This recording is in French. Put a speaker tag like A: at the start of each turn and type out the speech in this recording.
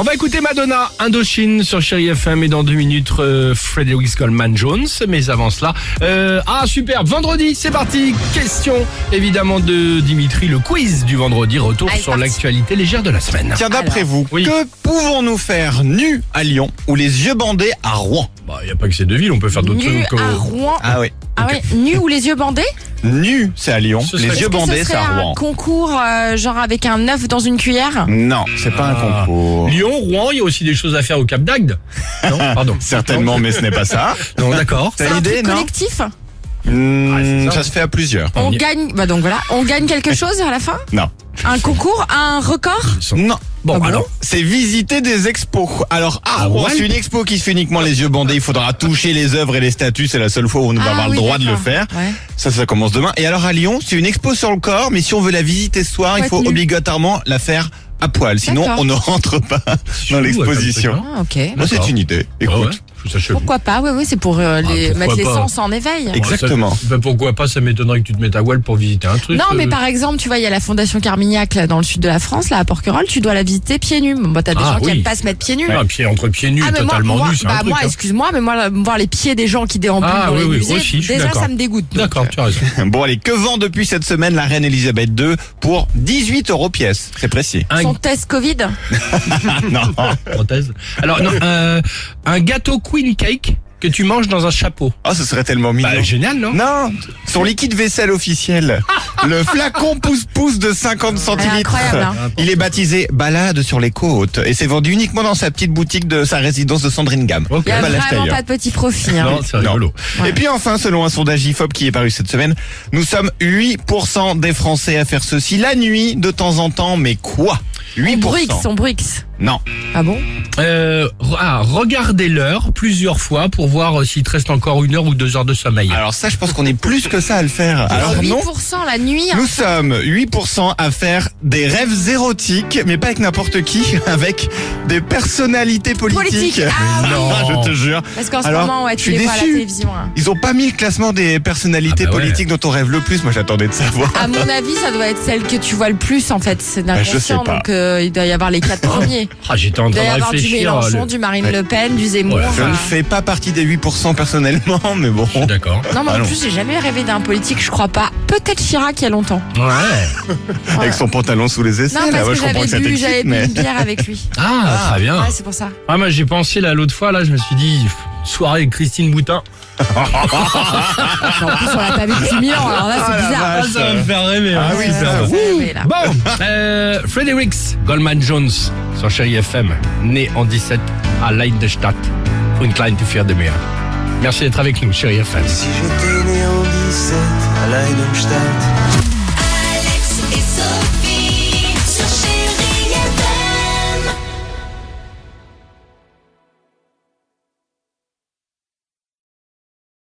A: On va écouter Madonna, Indochine sur Chéri FM et dans deux minutes euh, Frederick Coleman Jones. Mais avant cela, euh, ah super, vendredi, c'est parti. Question évidemment de Dimitri, le quiz du vendredi, retour
B: Allez,
A: sur
B: parti.
A: l'actualité légère de la semaine.
C: Tiens, d'après vous,
A: oui.
C: que pouvons-nous faire nus à Lyon ou les yeux bandés à Rouen
A: Bah y a pas que ces deux villes, on peut faire d'autres
B: nu
A: trucs.
B: à
A: euh,
B: Rouen.
C: Ah oui.
B: Ah ouais, nu ou les yeux bandés
C: Nus, c'est à Lyon.
A: Ce serait-
C: les
A: Est-ce
B: Est-ce
C: yeux
B: que
C: bandés,
B: ce
C: c'est
B: serait
C: à Rouen.
B: un concours euh, genre avec un œuf dans une cuillère
C: Non, c'est pas
A: Ah.
C: un concours.
A: Lyon, Rouen, il y a aussi des choses à faire au Cap d'Agde. Non, pardon.
C: Certainement, mais ce n'est pas ça.
A: Non, d'accord.
B: C'est
C: T'as
B: un
C: l'idée,
B: truc
C: non
B: collectif
A: Ah, c'est
C: Hmm,
A: ça.
C: Ça se fait à plusieurs.
A: On
B: On
A: y-
B: gagne bah donc voilà, on gagne quelque chose à la fin
C: Non.
B: Un concours, un record
C: Non.
A: Bon,
B: Ah bon
A: alors,
C: C'est visiter des expos. Alors, à
A: Ah
C: Rouen,
A: ouais
C: c'est une expo qui se fait uniquement les yeux bandés. Il faudra toucher les œuvres et les statues. C'est la seule fois où on va
B: Ah
C: avoir
B: oui,
C: le droit de le
B: d'accord.
C: faire.
B: Ouais.
C: Ça, ça commence demain. Et alors à Lyon, c'est une expo sur le corps, mais si on veut la visiter ce soir,
B: Faut
C: il
B: être
C: faut
B: nu.
C: obligatoirement la faire à poil. Sinon,
B: D'accord.
C: on ne rentre pas dans l'exposition.
B: Ah, ok.
C: Moi,
A: D'accord.
C: c'est une idée. Écoute.
A: hein Ah ouais, je sache-
B: Pourquoi pas Oui, oui, c'est pour euh, les,
A: pourquoi
B: mettre les
A: pas.
B: sens en éveil.
C: Ah, Et- Exactement.
A: Bon, ça- ben, pourquoi pas, ça m'étonnerait que tu te mettes à Wall pour visiter un truc.
B: Non, mais
A: euh.
B: par exemple, tu vois, il y a la Fondation Carmignac là, dans le sud de la France, là, à Porquerolles, tu dois la visiter pieds nus. Bon, bah, t'as des
A: Ah,
B: gens qui
A: oui.
B: aiment pas se mettre pieds nus.
A: Ah, pied entre pieds nus,
B: Ah, mais
A: totalement
B: moi, moi,
A: nus, c'est un
B: bah,
A: truc,
B: moi
A: hein.
B: excuse-moi, mais moi, là, voir les pieds des gens qui déambulent
A: Ah,
B: dans
A: oui,
B: les
A: oui,
B: musées,
A: aussi, je suis
B: déjà,
A: d'accord.
B: ça me dégoûte. donc.
A: D'accord, tu as raison.
C: Ah Bon, allez, que vend depuis cette semaine la reine Elisabeth II pour 18 euros pièce C'est précis.
A: Un,
B: Son test Covid
C: non.
A: Ah, parenthèse. Alors, non, euh, un gâteau queen cake que tu manges dans un chapeau.
C: Oh, ce serait tellement mignon.
A: Bah, génial, non
C: non, son liquide vaisselle officiel. le flacon pouce-pouce de 50 centilitres.
B: incroyable, hein.
C: Il est baptisé Balade sur les côtes et c'est vendu uniquement dans sa petite boutique de sa résidence de Sandringham.
A: Ok.
B: Il n'y a
C: On va l'acheter
B: vraiment
C: ailleurs.
B: pas de petit profit. hein.
A: Non, c'est rigolo.
B: Ouais.
C: Et puis enfin, selon un sondage IFOP qui est paru cette semaine, nous sommes 8% des Français à faire ceci la nuit de temps en temps, mais quoi 8%
B: Bruix, son Bruix.
C: Non.
B: Ah bon
A: Euh, ah, regardez l'heure plusieurs fois pour voir euh, s'il te reste encore une heure ou deux heures de sommeil.
C: Alors ça, je pense qu'on est plus que ça à le
B: Ah,
C: faire. Alors non
B: 8% la nuit. hein.
C: nous sommes 8% à faire des rêves érotiques, mais pas avec n'importe qui, avec des personnalités
B: Politique.
C: politiques.
B: Ah oui.
A: Non.
C: je te jure.
B: Parce qu'en ce
C: Alors,
B: moment, ouais,
C: je
B: tu
C: suis
B: les vois à la
C: déçu.
B: télévision. hein.
C: Ils ont pas mis le classement des personnalités
A: Ah bah ouais.
C: politiques dont on rêve le plus. Moi, j'attendais de savoir.
B: À mon avis, ça doit être celle que tu vois le plus en fait. C'est
C: Bah, je sais
B: d'inconscient,
C: pas.
B: donc euh, il doit y avoir les quatre premiers.
A: Ah, j'étais en
B: Il doit
A: train
B: y
A: de
B: avoir du
A: réfléchir. euh,
B: Mélenchon,
A: le-
B: du Marine
C: Ouais.
B: Le Pen, du Zemmour.
A: Ouais.
C: Je
B: euh.
C: ne fais pas partie des 8% personnellement, mais bon.
A: Je suis Oh. D'accord.
B: Non, mais
C: Ah
B: en
C: non.
B: plus, j'ai jamais rêvé d'un politique, je crois pas. Peut-être Chirac il y a longtemps.
A: Ouais.
C: Avec son pantalon sous les aisselles.
B: Non,
C: Ah
B: parce
C: ouais,
B: que
C: je comprends
B: j'avais
C: que ça
B: bu,
C: t'excite,
B: j'avais bu
C: mais-
B: une bière avec lui.
A: Ah, très bien.
B: Ouais, c'est pour ça.
A: Ah, moi, j'ai pensé, là, l'autre fois, là, je me suis dit, pff, soirée avec Christine Boutin.
B: Enfin, en plus, on l'a pas vu depuis mille ans, alors Oh là, c'est bizarre.
A: Ah, ça va me faire rêver.
C: Ah
A: hein,
C: oui,
A: super.
C: ça,
B: Ouais, mais là.
A: Bon, euh, Fredericks, Goldman Jones, sur Chéri FM, né en 17 à Leidestadt, und klein zu faire de mehr. Merci d'être avec nous, Chéri FM.
D: Si j'étais né en 17 à Leidenstadt
E: Alex et Sophie.